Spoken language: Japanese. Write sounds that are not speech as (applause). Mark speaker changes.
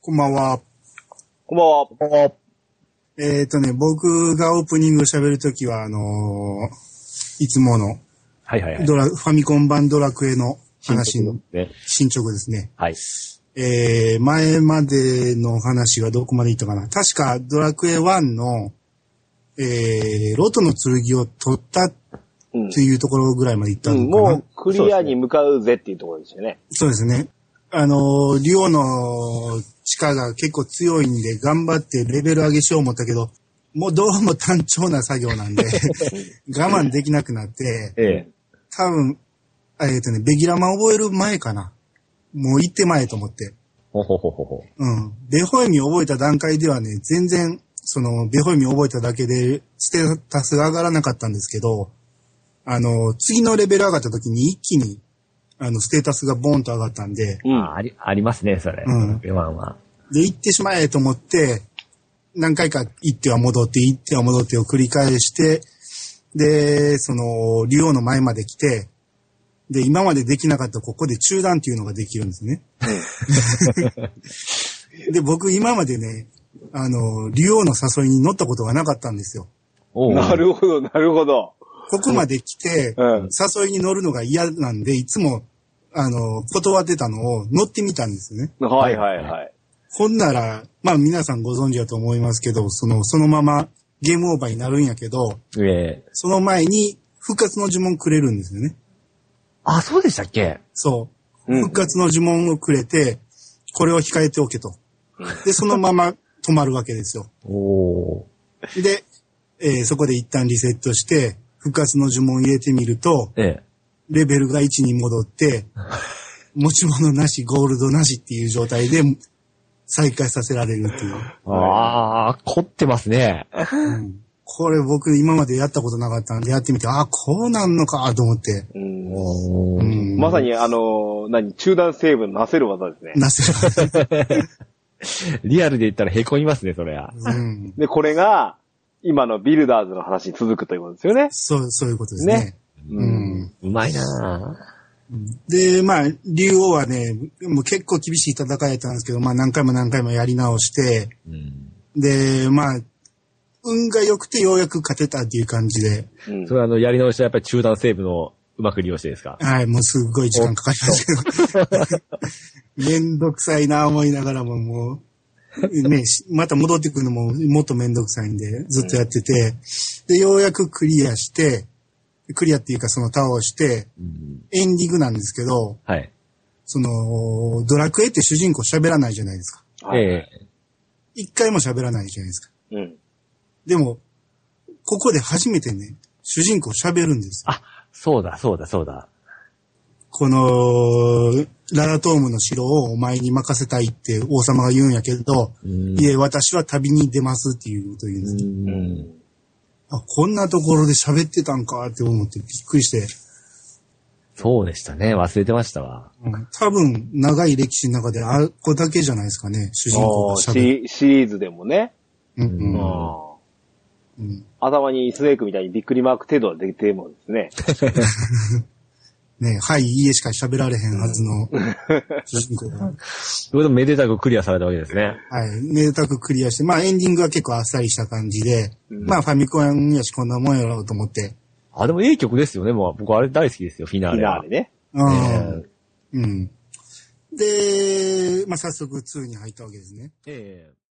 Speaker 1: こんばんは。
Speaker 2: こんばんは。
Speaker 1: えっ、とね、僕がオープニングを喋るときは、あのーいつもの
Speaker 3: はいはいはい。
Speaker 1: ドラ、ファミコン版ドラクエの話の
Speaker 3: ね。
Speaker 1: 進捗ですね。
Speaker 3: はい。
Speaker 1: えー、前までの話はどこまでいったかな。確かドラクエ1の、えー、ロトの剣を取ったっ
Speaker 2: うん
Speaker 1: て。いうところぐらいまで行った
Speaker 2: う
Speaker 1: のか
Speaker 2: ん、
Speaker 1: な。
Speaker 2: もうクリアに向かうぜっていうところですよね。
Speaker 1: そうですね。あのー、リオの地下が結構強いんで、頑張ってレベル上げしよう思ったけど、もうどうも単調な作業なんで、我慢できなくなって、
Speaker 3: ええ。
Speaker 1: 多分、えっ、とね、ベギラマ覚える前かな。もう行って前と思って。
Speaker 3: ほほほほほ。
Speaker 1: うん。ベホイミ覚えた段階ではね、全然、その、ベホイミ覚えただけで、ステータスが上がらなかったんですけど、あの、次のレベル上がった時に一気に、あの、ステータスがボーンと上がったんで、
Speaker 2: う
Speaker 3: ああり、ありますね、それ。
Speaker 1: うん
Speaker 3: ワンは。
Speaker 1: で、行ってしまえと思って、何回か行っては戻って、行っては戻ってを繰り返して、で、その、竜王の前まで来て、で、今までできなかったここで中断っていうのができるんですね。で、僕今までね、あの、竜王の誘いに乗ったことがなかったんですよ。
Speaker 3: お
Speaker 2: ん。
Speaker 3: う
Speaker 2: なるほど、なるほど。
Speaker 1: ここまで来て、
Speaker 2: うん。
Speaker 1: 誘いに乗るのが嫌なんで、いつも、あの、断ってたのを乗ってみたんですよね。
Speaker 2: はいはいはい。
Speaker 1: ほんなら、まあ皆さんご存知だと思いますけど、その、そのままゲームオーバーになるんやけど、
Speaker 3: ええ。
Speaker 1: その前に復活の呪文くれるんですよね。
Speaker 3: あ、そうでしたっけ
Speaker 1: そう。
Speaker 2: うん
Speaker 1: 復活の呪文をくれて、これを控えておけと。で、そのまま止まるわけですよ。
Speaker 3: おお
Speaker 1: で、えーそこで一旦リセットして、復活の呪文を入れてみると、
Speaker 3: ー。ええ。
Speaker 1: レベルが1に戻って、持ち物なし、ゴールドなしっていう状態で再開させられるっていう。
Speaker 3: ああ、凝ってますね。
Speaker 1: うんこれ僕今までやったことなかったんでやってみて、ああ、こうなんのかと思って。
Speaker 2: うん
Speaker 3: お
Speaker 1: う
Speaker 3: ー
Speaker 1: ん、
Speaker 2: まさにあのー、何、中断成分なせる技ですね。
Speaker 1: なせ (laughs) る。
Speaker 3: リアルで言ったら凹みますね、それは。
Speaker 1: うん。
Speaker 2: で、これが、今のビルダーズの話に続くということですよね。
Speaker 1: そう、そういうことですね。
Speaker 2: う
Speaker 1: うん。
Speaker 3: うまいな
Speaker 1: で、まあ、竜王はね、もう結構厳しい戦いやったんですけど、まあ何回も何回もやり直して、
Speaker 3: ぁ。うん。
Speaker 1: で、まあ、運が良くてようやく勝てたっていう感じで、
Speaker 2: うん
Speaker 3: それはあの、やり直しはやっぱり中断セーブのうまく利用してですか
Speaker 1: (laughs) はい、もうすっごい時間かかりましたけど。 (laughs) めんどくさいな思いながらももう、ね、しまた戻ってくるのももっとめんどくさいんで、ずっとやってて、で、ようやくクリアして、クリアっていうかその倒して、
Speaker 3: うん。
Speaker 1: エンディングなんですけど、
Speaker 3: はい。
Speaker 1: その、ドラクエって主人公喋らないじゃないですか。
Speaker 2: はい
Speaker 3: え
Speaker 1: 一回も喋らないじゃないですか。
Speaker 2: うん。
Speaker 1: でも、ここで初めてね、主人公喋るんですよ
Speaker 3: え。そうだ、そうだ、そうだ。
Speaker 1: この、ララトームの城をお前に任せたいって王様が言うんやけど、
Speaker 3: うん
Speaker 1: いえ、私は旅に出ますっていうことを言うんです、
Speaker 3: うん。
Speaker 1: あ。こんなところで喋ってたんかって思ってびっくりして、
Speaker 3: そうでしたね。忘れてましたわ。
Speaker 1: 多分長い歴史の中であっこだけじゃないですかね、主人公
Speaker 2: お
Speaker 1: が
Speaker 2: ー
Speaker 1: 喋る。
Speaker 2: シシリーズでもね、
Speaker 1: うん
Speaker 3: う
Speaker 1: うんんうん
Speaker 2: 頭にスネークみたいにびっくりマーク程度は出てもですね。
Speaker 1: ね、はい、いいえしか喋られへんはずの (laughs) 主人公が。
Speaker 3: それでもめでたくクリアされたわけですね。
Speaker 1: はい。めでたくクリアして、まあエンディングは結構あっさりした感じで、
Speaker 2: うん
Speaker 1: まあファミコンやしこんなもんやろうと思って。
Speaker 3: あ、でもいい曲ですよね。もう僕あれ大好きですよ、フィナー
Speaker 2: フィ
Speaker 3: レ
Speaker 2: ナー
Speaker 3: は。
Speaker 2: レね。
Speaker 1: うん
Speaker 3: ええ
Speaker 1: うん。で、まあ、早速2に入ったわけですね。
Speaker 3: ええ